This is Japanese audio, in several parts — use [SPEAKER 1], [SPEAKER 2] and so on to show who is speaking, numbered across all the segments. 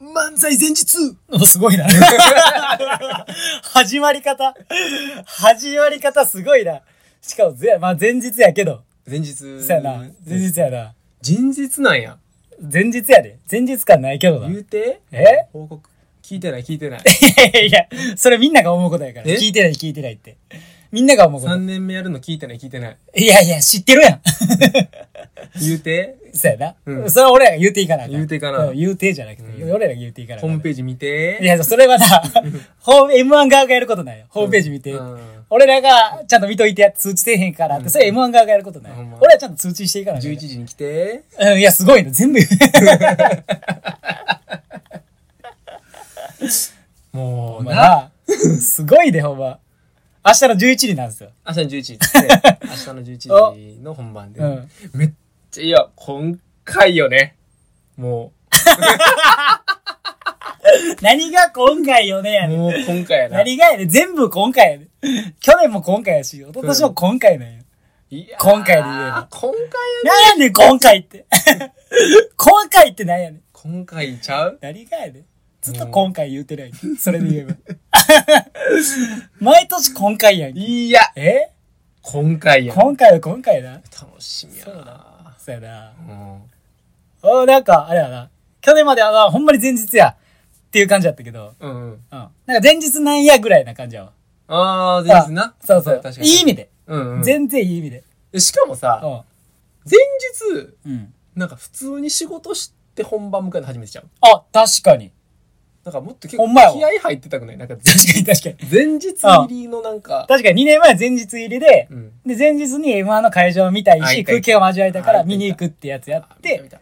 [SPEAKER 1] 漫才前日
[SPEAKER 2] おすごいな。始まり方。始まり方すごいな。しかもぜ、まあ前日やけど。
[SPEAKER 1] 前日。
[SPEAKER 2] そやな。前日やな。
[SPEAKER 1] 前日なんや。
[SPEAKER 2] 前日やで。前日感ないけどな。
[SPEAKER 1] 言
[SPEAKER 2] いう
[SPEAKER 1] て
[SPEAKER 2] え
[SPEAKER 1] 報告。聞いてない聞いてない。
[SPEAKER 2] やいや、それみんなが思うことやから。
[SPEAKER 1] え
[SPEAKER 2] 聞いてない聞いてないって。みんなが思うこ
[SPEAKER 1] 3
[SPEAKER 2] と。
[SPEAKER 1] 年目やるの聞いてない聞いてない。
[SPEAKER 2] いやいや、知ってるやん。
[SPEAKER 1] 言うて
[SPEAKER 2] そうやな。
[SPEAKER 1] うん
[SPEAKER 2] それは俺らが言うていかなあん
[SPEAKER 1] 言うていかな
[SPEAKER 2] うん言うてじゃなくて、
[SPEAKER 1] うん
[SPEAKER 2] 俺らが言うていかなあ
[SPEAKER 1] ホ
[SPEAKER 2] か
[SPEAKER 1] ー
[SPEAKER 2] ん
[SPEAKER 1] ムページ見て
[SPEAKER 2] いや、それ はな、ホーム、M1 側がやることないよ。ホームページ見て。
[SPEAKER 1] うん
[SPEAKER 2] 俺らがちゃんと見といて通知せえへんからって、それ M1 側がやることない。
[SPEAKER 1] ほんま
[SPEAKER 2] 俺らちゃんと通知していかない。
[SPEAKER 1] 11時に来て
[SPEAKER 2] うん、いや、すごいな。全部
[SPEAKER 1] も
[SPEAKER 2] ほんまな。 すごいで、ほんま。明日の11時なんですよ。
[SPEAKER 1] 明日の11時に 来て明日の11時の本番で
[SPEAKER 2] うん
[SPEAKER 1] めっちゃいや今回よねも
[SPEAKER 2] 何が今回よねや
[SPEAKER 1] う
[SPEAKER 2] ねん
[SPEAKER 1] もう今回やな
[SPEAKER 2] 何がやねん全部今回やねん去年も今回やし、一昨年も今回なんや。
[SPEAKER 1] いやー
[SPEAKER 2] 今回で言えば
[SPEAKER 1] 今回やね
[SPEAKER 2] なんやねん、今回って。 今回ってなんやねん。
[SPEAKER 1] 今回ちゃう
[SPEAKER 2] 何がやねん。ずっと今回言うてない。それで言えば。 毎年今回やんけ。
[SPEAKER 1] いや
[SPEAKER 2] え
[SPEAKER 1] 今回や
[SPEAKER 2] 今回は今回な。
[SPEAKER 1] 楽しみやな
[SPEAKER 2] そうやな。
[SPEAKER 1] うん
[SPEAKER 2] おなんか、あれやな。去年まではなほんまに前日や。っていう感じやったけど。
[SPEAKER 1] うん
[SPEAKER 2] うん。なんか前日なんやぐらいな感じやわ。
[SPEAKER 1] ああ前日な
[SPEAKER 2] そうそう
[SPEAKER 1] 確。かに
[SPEAKER 2] いい意味で。
[SPEAKER 1] うんうん
[SPEAKER 2] 全然いい意味で。
[SPEAKER 1] しかも
[SPEAKER 2] う
[SPEAKER 1] さ
[SPEAKER 2] ん。
[SPEAKER 1] 前日
[SPEAKER 2] うん。
[SPEAKER 1] なんか普通に仕事して本番迎えるの初めてちゃう
[SPEAKER 2] あ、確かに。
[SPEAKER 1] なんかもっと結
[SPEAKER 2] ほんまやわ
[SPEAKER 1] 構気合入ってたくないなんか前
[SPEAKER 2] 確かに確かに。
[SPEAKER 1] 前日入りのなんか、
[SPEAKER 2] 確かに2年前は前日入りで、
[SPEAKER 1] うん。
[SPEAKER 2] で、前日に M1 の会場を見たい
[SPEAKER 1] あ
[SPEAKER 2] し、
[SPEAKER 1] 行った行
[SPEAKER 2] 空
[SPEAKER 1] った
[SPEAKER 2] 気を交わえたから
[SPEAKER 1] あ行った
[SPEAKER 2] 見に行くってやつやっ
[SPEAKER 1] あ
[SPEAKER 2] て
[SPEAKER 1] 見、た見た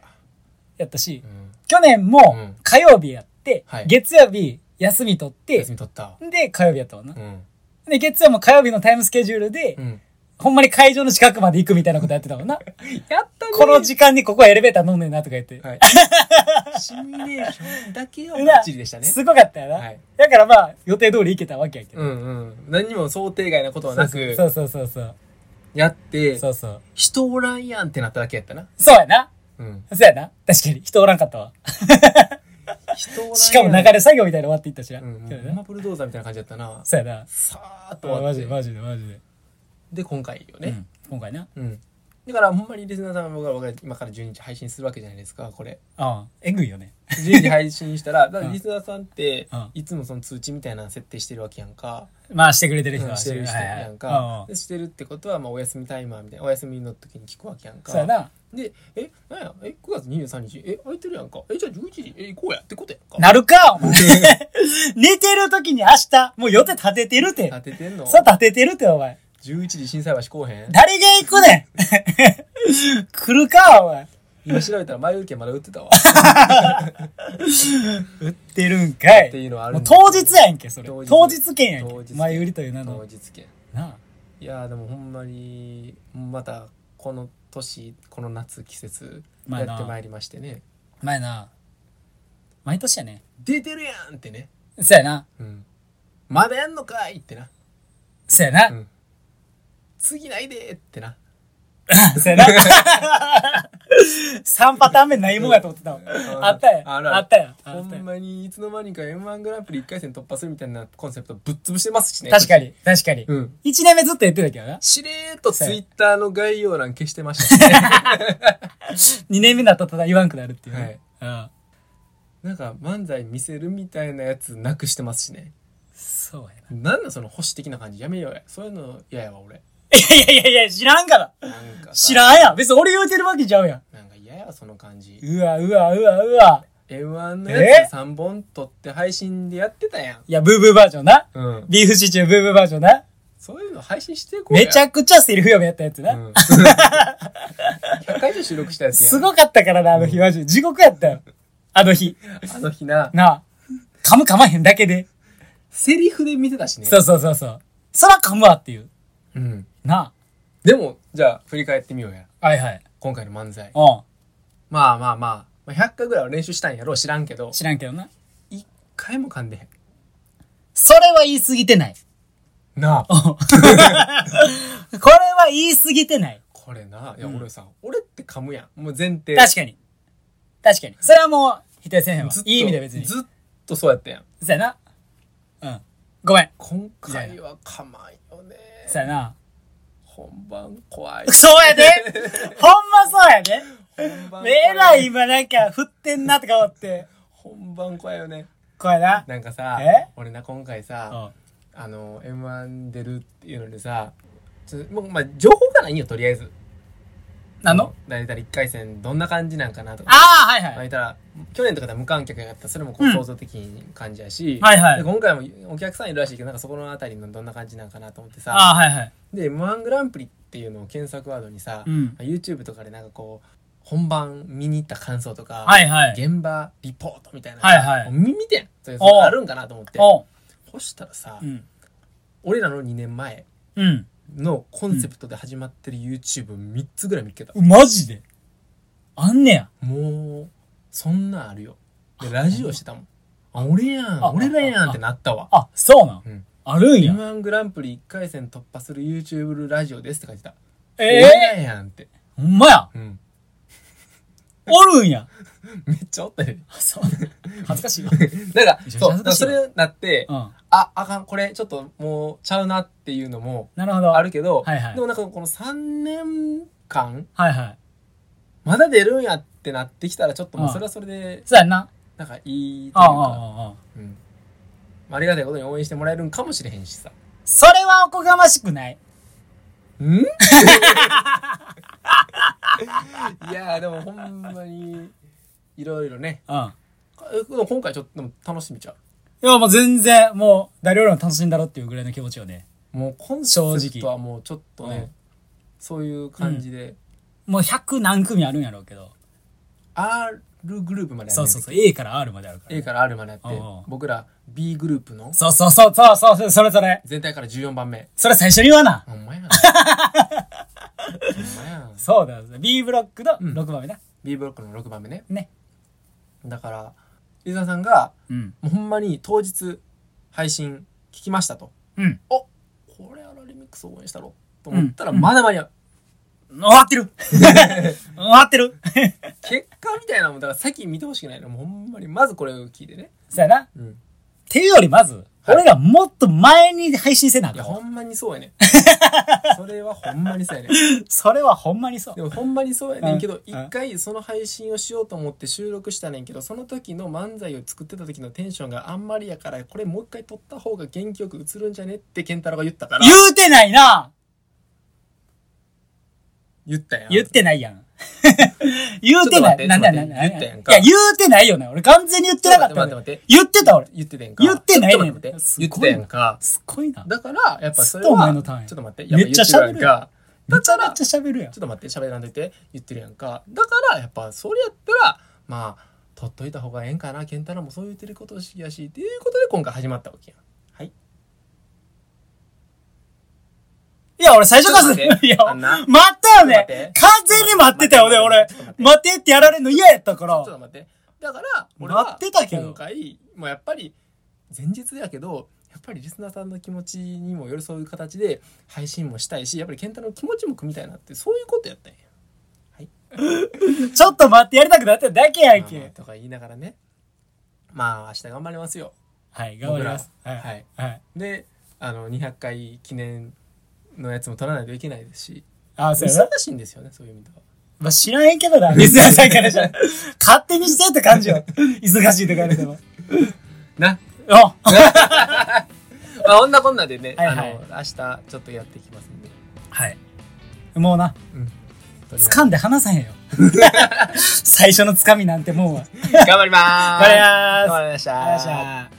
[SPEAKER 2] やったし
[SPEAKER 1] う、ん
[SPEAKER 2] 去年
[SPEAKER 1] う
[SPEAKER 2] も
[SPEAKER 1] ん
[SPEAKER 2] 火曜日やって
[SPEAKER 1] は、い
[SPEAKER 2] 月曜日休み取って
[SPEAKER 1] 休、み取ったわ。
[SPEAKER 2] で、火曜日やったわな
[SPEAKER 1] う。ん。
[SPEAKER 2] で、月曜も火曜日のタイムスケジュールで
[SPEAKER 1] う、ん。
[SPEAKER 2] ほんまに会場の近くまで行くみたいなことやってたも んな。
[SPEAKER 1] やったね
[SPEAKER 2] この時間にここはエレベーター飲んねんなとか言って。
[SPEAKER 1] はい。シミュレーションだけはバッチリでしたね。
[SPEAKER 2] すごかったよな。
[SPEAKER 1] はい
[SPEAKER 2] だからまあ、予定通り行けたわけやけど。
[SPEAKER 1] うんうん。何にも想定外なことはなく
[SPEAKER 2] そ、うそうそうそう。
[SPEAKER 1] やって
[SPEAKER 2] そ、うそう。
[SPEAKER 1] 人おらんやんってなっただけやったな。
[SPEAKER 2] そうやな。
[SPEAKER 1] うん。
[SPEAKER 2] そうやな。確かに。人おらんかったわ。
[SPEAKER 1] 人おらんやん。
[SPEAKER 2] しかも流れ作業みたいなの終わっていったしな。
[SPEAKER 1] うんうん。
[SPEAKER 2] そう
[SPEAKER 1] ほ
[SPEAKER 2] や
[SPEAKER 1] んま
[SPEAKER 2] な。
[SPEAKER 1] ブルドーザーみたいな感じだったな。
[SPEAKER 2] そうやな。
[SPEAKER 1] さーっと終
[SPEAKER 2] あ
[SPEAKER 1] わ
[SPEAKER 2] マ
[SPEAKER 1] っ
[SPEAKER 2] ジで
[SPEAKER 1] て。
[SPEAKER 2] マジでマジで。
[SPEAKER 1] で、今回よ
[SPEAKER 2] う
[SPEAKER 1] ね。
[SPEAKER 2] ん今回な。
[SPEAKER 1] うん。だからほんまにリスナーさんは僕ら僕ら今から12日配信するわけじゃないですか、こ れ。
[SPEAKER 2] うん。えぐいよね。
[SPEAKER 1] 10時配信したら、だからリスナーさんって
[SPEAKER 2] うん、
[SPEAKER 1] いつもその通知みたいなの設定してるわけやんか。
[SPEAKER 2] まあ、してくれてる人は
[SPEAKER 1] してる人やん
[SPEAKER 2] はいはい
[SPEAKER 1] か
[SPEAKER 2] うん。うん
[SPEAKER 1] でしてるってことは、まあ、お休みタイマーみたいな、お休みの時に聞くわけやんか。
[SPEAKER 2] そうやな。
[SPEAKER 1] で、え、なんや、え、9月23日、え、空いてるやんか。え、じゃあ11時、え、行こうやってことやんか。
[SPEAKER 2] なるか、お 前。寝てる時に明日、もう予定立ててるて。
[SPEAKER 1] 立ててんの
[SPEAKER 2] そう立ててるて、お前。
[SPEAKER 1] ?11 時震災橋来おへん
[SPEAKER 2] 誰が行くねん 来るか、お前。
[SPEAKER 1] 今調べたら前受けまだ売ってたわ。
[SPEAKER 2] 売ってるんかい。
[SPEAKER 1] っていうのはある
[SPEAKER 2] も
[SPEAKER 1] ん
[SPEAKER 2] う
[SPEAKER 1] です
[SPEAKER 2] 当日やんけ、それ。
[SPEAKER 1] 当日
[SPEAKER 2] 当日券やん
[SPEAKER 1] 当日
[SPEAKER 2] け。
[SPEAKER 1] 券
[SPEAKER 2] 前売りという名
[SPEAKER 1] 当
[SPEAKER 2] の。
[SPEAKER 1] 日券。
[SPEAKER 2] なあ
[SPEAKER 1] いやーでもほんまに、また、この年、この夏、季節、
[SPEAKER 2] ま
[SPEAKER 1] や
[SPEAKER 2] あな
[SPEAKER 1] ってまいりましてね。
[SPEAKER 2] 前な。毎年やね。
[SPEAKER 1] 出てるやんってね。
[SPEAKER 2] そうやな。
[SPEAKER 1] うん。まだやんのかいってな。
[SPEAKER 2] そうやな。
[SPEAKER 1] うん次ないでーって な。
[SPEAKER 2] そう やな。3パターン目ないもんやと思ってたわ。あったやん。
[SPEAKER 1] あるる
[SPEAKER 2] あったやん。あ
[SPEAKER 1] ほ
[SPEAKER 2] っ
[SPEAKER 1] ん
[SPEAKER 2] たやん
[SPEAKER 1] まにいつの間にか M1 グランプリ1回戦突破するみたいなコンセプトぶっ潰してますしね。
[SPEAKER 2] 確か。に、確かに。
[SPEAKER 1] うん。
[SPEAKER 2] 1年目ずっと言ってたけどな。
[SPEAKER 1] しれーっとツイッターの概要欄消してましたしね。
[SPEAKER 2] 2年目になったらただ言わんくなるっていうね。うん。
[SPEAKER 1] なんか漫才見せるみたいなやつなくしてますしね。
[SPEAKER 2] そうやな。
[SPEAKER 1] なんだその保守的な感じやめようや。そういうの嫌やわ俺。
[SPEAKER 2] いやいやいやいや、知らんから。
[SPEAKER 1] なんか
[SPEAKER 2] 知
[SPEAKER 1] ん。
[SPEAKER 2] らんやん。別に俺言うてるわけちゃうやん。
[SPEAKER 1] なんか嫌やわその感じ。
[SPEAKER 2] うわ、うわ、うわ、うわ。
[SPEAKER 1] M1 の
[SPEAKER 2] え
[SPEAKER 1] やつ3本撮って配信でやってたやん。
[SPEAKER 2] いや、ブーブーバージョンな。
[SPEAKER 1] うん。
[SPEAKER 2] ビーフシチューブーブーバージョンな。
[SPEAKER 1] そういうの配信してこうや。
[SPEAKER 2] めちゃくちゃセリフ読みやったやつな。
[SPEAKER 1] うん100回以上収録したやつやん
[SPEAKER 2] すごかったからな、あの日、マジで。地獄やったよ。あの日。
[SPEAKER 1] あの日な
[SPEAKER 2] なあ。噛む噛まへんだけで。
[SPEAKER 1] セリフで見てたしね
[SPEAKER 2] そうそうそうそう。そら噛むわっていう。
[SPEAKER 1] うん、
[SPEAKER 2] な
[SPEAKER 1] でもじゃあ振り返ってみようや
[SPEAKER 2] あ。はいはい。
[SPEAKER 1] 今回の漫才
[SPEAKER 2] う
[SPEAKER 1] まあまあまあまあ100回ぐらいは練習したんやろう知らんけど
[SPEAKER 2] ん。知らんけどな。
[SPEAKER 1] 1回も噛んでへ
[SPEAKER 2] それは言い過ぎてない。
[SPEAKER 1] んなあ
[SPEAKER 2] これは言い過ぎてない。
[SPEAKER 1] これないや俺さ、俺って噛むやんもう前提
[SPEAKER 2] 確かに。確かに。それはもう、否定せえへんわ
[SPEAKER 1] ずっ。と
[SPEAKER 2] いい意味で別に。そ
[SPEAKER 1] ずっとそうやったやん
[SPEAKER 2] うやな。うん。ごめん。
[SPEAKER 1] 今回はかまんよね
[SPEAKER 2] そうやな。
[SPEAKER 1] 本番怖い
[SPEAKER 2] そう やでほんまそうやで
[SPEAKER 1] 本番怖
[SPEAKER 2] えらい今なんか振ってんなとか思って。
[SPEAKER 1] 本番怖いよね
[SPEAKER 2] 怖いな。
[SPEAKER 1] なんかさ
[SPEAKER 2] え
[SPEAKER 1] 俺な今回さ、
[SPEAKER 2] うん。
[SPEAKER 1] あの m 1出るっていうのでさちょもうまあ情報がないんよとりあえず
[SPEAKER 2] 何の
[SPEAKER 1] 誰たら1回戦どんな感じなんかなとか
[SPEAKER 2] ああ、はい
[SPEAKER 1] まあ
[SPEAKER 2] は
[SPEAKER 1] 言
[SPEAKER 2] い。
[SPEAKER 1] ったら去年とかでは無観客やったらそれもこう
[SPEAKER 2] うん
[SPEAKER 1] 想像的に感じやし、
[SPEAKER 2] はいはい
[SPEAKER 1] で今回もお客さんいるらしいけどなんかそこのあたりのどんな感じなんかなと思ってさ
[SPEAKER 2] ああ、はいはい。
[SPEAKER 1] で m 1グランプリっていうのを検索ワードにさ、
[SPEAKER 2] うん
[SPEAKER 1] YouTube とかでなんかこう本番見に行った感想とか、
[SPEAKER 2] はいはい。
[SPEAKER 1] 現場リポートみたいな、
[SPEAKER 2] はいはい
[SPEAKER 1] 耳でそれ
[SPEAKER 2] おう
[SPEAKER 1] あるんかなと思って
[SPEAKER 2] おう。
[SPEAKER 1] そしたらさ、
[SPEAKER 2] うん。
[SPEAKER 1] 俺らの2年前
[SPEAKER 2] うん。
[SPEAKER 1] のコンセプトで始まってる YouTube3 つぐらい見っけた、
[SPEAKER 2] マジであんねや。
[SPEAKER 1] もうそんなんあるよでラジオしてたもんあ俺や
[SPEAKER 2] あ
[SPEAKER 1] ん俺らやんってなったわ
[SPEAKER 2] あ、そうなん。
[SPEAKER 1] うん
[SPEAKER 2] あるんや
[SPEAKER 1] m。1グランプリ1回戦突破する YouTube ラジオですって書いてた
[SPEAKER 2] え
[SPEAKER 1] 俺
[SPEAKER 2] え
[SPEAKER 1] らやんって、
[SPEAKER 2] ほんまや。
[SPEAKER 1] うん、
[SPEAKER 2] おるんや。
[SPEAKER 1] めっちゃおったね
[SPEAKER 2] あそうなん恥ずかしいわ。
[SPEAKER 1] なんか
[SPEAKER 2] めちゃめちゃ
[SPEAKER 1] そう
[SPEAKER 2] 恥
[SPEAKER 1] だか
[SPEAKER 2] ずからしい
[SPEAKER 1] そ
[SPEAKER 2] わ
[SPEAKER 1] れなって、
[SPEAKER 2] うん。
[SPEAKER 1] ああかんこれちょっともうちゃうなっていうのも
[SPEAKER 2] なるほど。
[SPEAKER 1] あるけど、
[SPEAKER 2] はいはい
[SPEAKER 1] でもなんかこの3年間
[SPEAKER 2] はいはい。
[SPEAKER 1] まだ出るんやってなってきたらちょっともう
[SPEAKER 2] ああ
[SPEAKER 1] それはそれで
[SPEAKER 2] そうやんな。
[SPEAKER 1] なんかいいと
[SPEAKER 2] あ
[SPEAKER 1] いう
[SPEAKER 2] あ、あ
[SPEAKER 1] か
[SPEAKER 2] あ、ああ。
[SPEAKER 1] うんまあありがたいことに応援してもらえるんかもしれへんしさ
[SPEAKER 2] それはおこがましくない。
[SPEAKER 1] んいやーでもほんまにいろいろね
[SPEAKER 2] うん。
[SPEAKER 1] えでも今回ちょっとでも楽しみちゃ
[SPEAKER 2] いや、もう全然、もう、誰よりも楽しんだろっていうぐらいの気持ちよね。
[SPEAKER 1] うもうコンセプトはもうちょっとね、
[SPEAKER 2] うん
[SPEAKER 1] そういう感じで、
[SPEAKER 2] もう100何組あるんやろうけど。
[SPEAKER 1] R グループまでや
[SPEAKER 2] そう
[SPEAKER 1] ね
[SPEAKER 2] そうそう。A から R まであるから、
[SPEAKER 1] A から R までやって
[SPEAKER 2] うんうん
[SPEAKER 1] 僕ら B グループの
[SPEAKER 2] そうそうそう、そうそうそう、それそれ。
[SPEAKER 1] 全体から14番目
[SPEAKER 2] それ最初に言わな。
[SPEAKER 1] ほんまやほんまや
[SPEAKER 2] そうだよ。B ブロックの
[SPEAKER 1] うん
[SPEAKER 2] 6番目だ。
[SPEAKER 1] B ブロックの6番目ね
[SPEAKER 2] ね。
[SPEAKER 1] だから伊沢さんが
[SPEAKER 2] うん。
[SPEAKER 1] もうほんまに当日配信聞きましたと
[SPEAKER 2] うん。
[SPEAKER 1] おこれあのリミックス応援したろと思ったら
[SPEAKER 2] うん
[SPEAKER 1] まだ間に合う、
[SPEAKER 2] 終わって る終わってる
[SPEAKER 1] 結果みたいなもんだから先見てほしくないのもうほんまにまずこれを聞いてね
[SPEAKER 2] そうやな。っ
[SPEAKER 1] うん
[SPEAKER 2] ていうよりまず、
[SPEAKER 1] はい
[SPEAKER 2] 俺らもっと前に配信せなあ
[SPEAKER 1] い
[SPEAKER 2] か
[SPEAKER 1] や
[SPEAKER 2] んわ
[SPEAKER 1] ほんまにそうやねそれはほんまにそうやね
[SPEAKER 2] それはほんまにそう
[SPEAKER 1] で。もほんまにそうやねんけど
[SPEAKER 2] うん
[SPEAKER 1] 一回その配信をしようと思って収録したねんけどその時の漫才を作ってた時のテンションがあんまりやからこれもう一回撮った方が元気よく映るんじゃねって健太郎が言ったから
[SPEAKER 2] 言うてないな
[SPEAKER 1] 言ったやん
[SPEAKER 2] 言ってないやん。 言うて
[SPEAKER 1] ちょっと
[SPEAKER 2] な
[SPEAKER 1] 待って
[SPEAKER 2] い。なんだ
[SPEAKER 1] ちょ
[SPEAKER 2] な
[SPEAKER 1] っと待って
[SPEAKER 2] んだなんだ
[SPEAKER 1] 言ったやん
[SPEAKER 2] い
[SPEAKER 1] か
[SPEAKER 2] や、言うてないよね。俺完全に言ってなかったよね。
[SPEAKER 1] ちょっと待って待って
[SPEAKER 2] 言ってた俺。
[SPEAKER 1] 言ってたやんか
[SPEAKER 2] 言ってない
[SPEAKER 1] ちょっ
[SPEAKER 2] ねん
[SPEAKER 1] と待って
[SPEAKER 2] すご
[SPEAKER 1] 言
[SPEAKER 2] い
[SPEAKER 1] ってたやんか
[SPEAKER 2] すごいな。
[SPEAKER 1] だからやっぱそれ
[SPEAKER 2] ずっとお前
[SPEAKER 1] は
[SPEAKER 2] のターンや
[SPEAKER 1] ちょっと待ってや
[SPEAKER 2] めっちゃ
[SPEAKER 1] ぱ言って
[SPEAKER 2] 喋る
[SPEAKER 1] るやんか
[SPEAKER 2] め
[SPEAKER 1] だ
[SPEAKER 2] ち
[SPEAKER 1] か
[SPEAKER 2] ゃめ
[SPEAKER 1] ら
[SPEAKER 2] ちゃ喋るやん
[SPEAKER 1] ちょっ。と待って喋らんといて言ってるやんかだからやっぱそれやったらまあ撮っといた方がええんかな健太郎もそう言ってることやしっていうことで今回始まったわけやんはい
[SPEAKER 2] いや、俺最初からす
[SPEAKER 1] ちょっと待って
[SPEAKER 2] いや、
[SPEAKER 1] あんな
[SPEAKER 2] 待ったよね
[SPEAKER 1] ちょっと待って
[SPEAKER 2] 完全に待ってたよね、俺
[SPEAKER 1] ちょっと待っ。て
[SPEAKER 2] 待ってってやられるの嫌やったか
[SPEAKER 1] ちょっ
[SPEAKER 2] ら。
[SPEAKER 1] と待ってだから俺
[SPEAKER 2] 待
[SPEAKER 1] は
[SPEAKER 2] ってたけど
[SPEAKER 1] 今回もうやっぱり前日やけどやっぱりリスナーさんの気持ちにも寄り添う形で配信もしたいしやっぱり健太郎の気持ちも組みたいなってそういうことやったんや
[SPEAKER 2] ちょっと待ってやりたくなっただけや
[SPEAKER 1] まあ
[SPEAKER 2] ん
[SPEAKER 1] まあ
[SPEAKER 2] け。
[SPEAKER 1] とか言いながらねまあ明日頑張りますよ
[SPEAKER 2] はい、頑張ります。は
[SPEAKER 1] 僕らはいい。
[SPEAKER 2] はい。
[SPEAKER 1] であの200回記念のやつも撮らないといけないですし
[SPEAKER 2] あ、そうや
[SPEAKER 1] 忙
[SPEAKER 2] な。
[SPEAKER 1] しいんですよねそういう意味では
[SPEAKER 2] まあ、知らへんけどな、リ スナーさんからじゃ。勝手にしてって感じよ。忙しいとか言われて も。
[SPEAKER 1] な、
[SPEAKER 2] あ
[SPEAKER 1] まあ、こんなこんなでね、
[SPEAKER 2] はいはい
[SPEAKER 1] あの明日ちょっとやっていきますんで
[SPEAKER 2] はい。もうな、
[SPEAKER 1] とりあえず
[SPEAKER 2] 掴んで離さへ んよ。最初の掴みなんてもうわ。
[SPEAKER 1] 頑張りまーすどうも
[SPEAKER 2] 頑張ります
[SPEAKER 1] ありがとうございました
[SPEAKER 2] ありがとうございました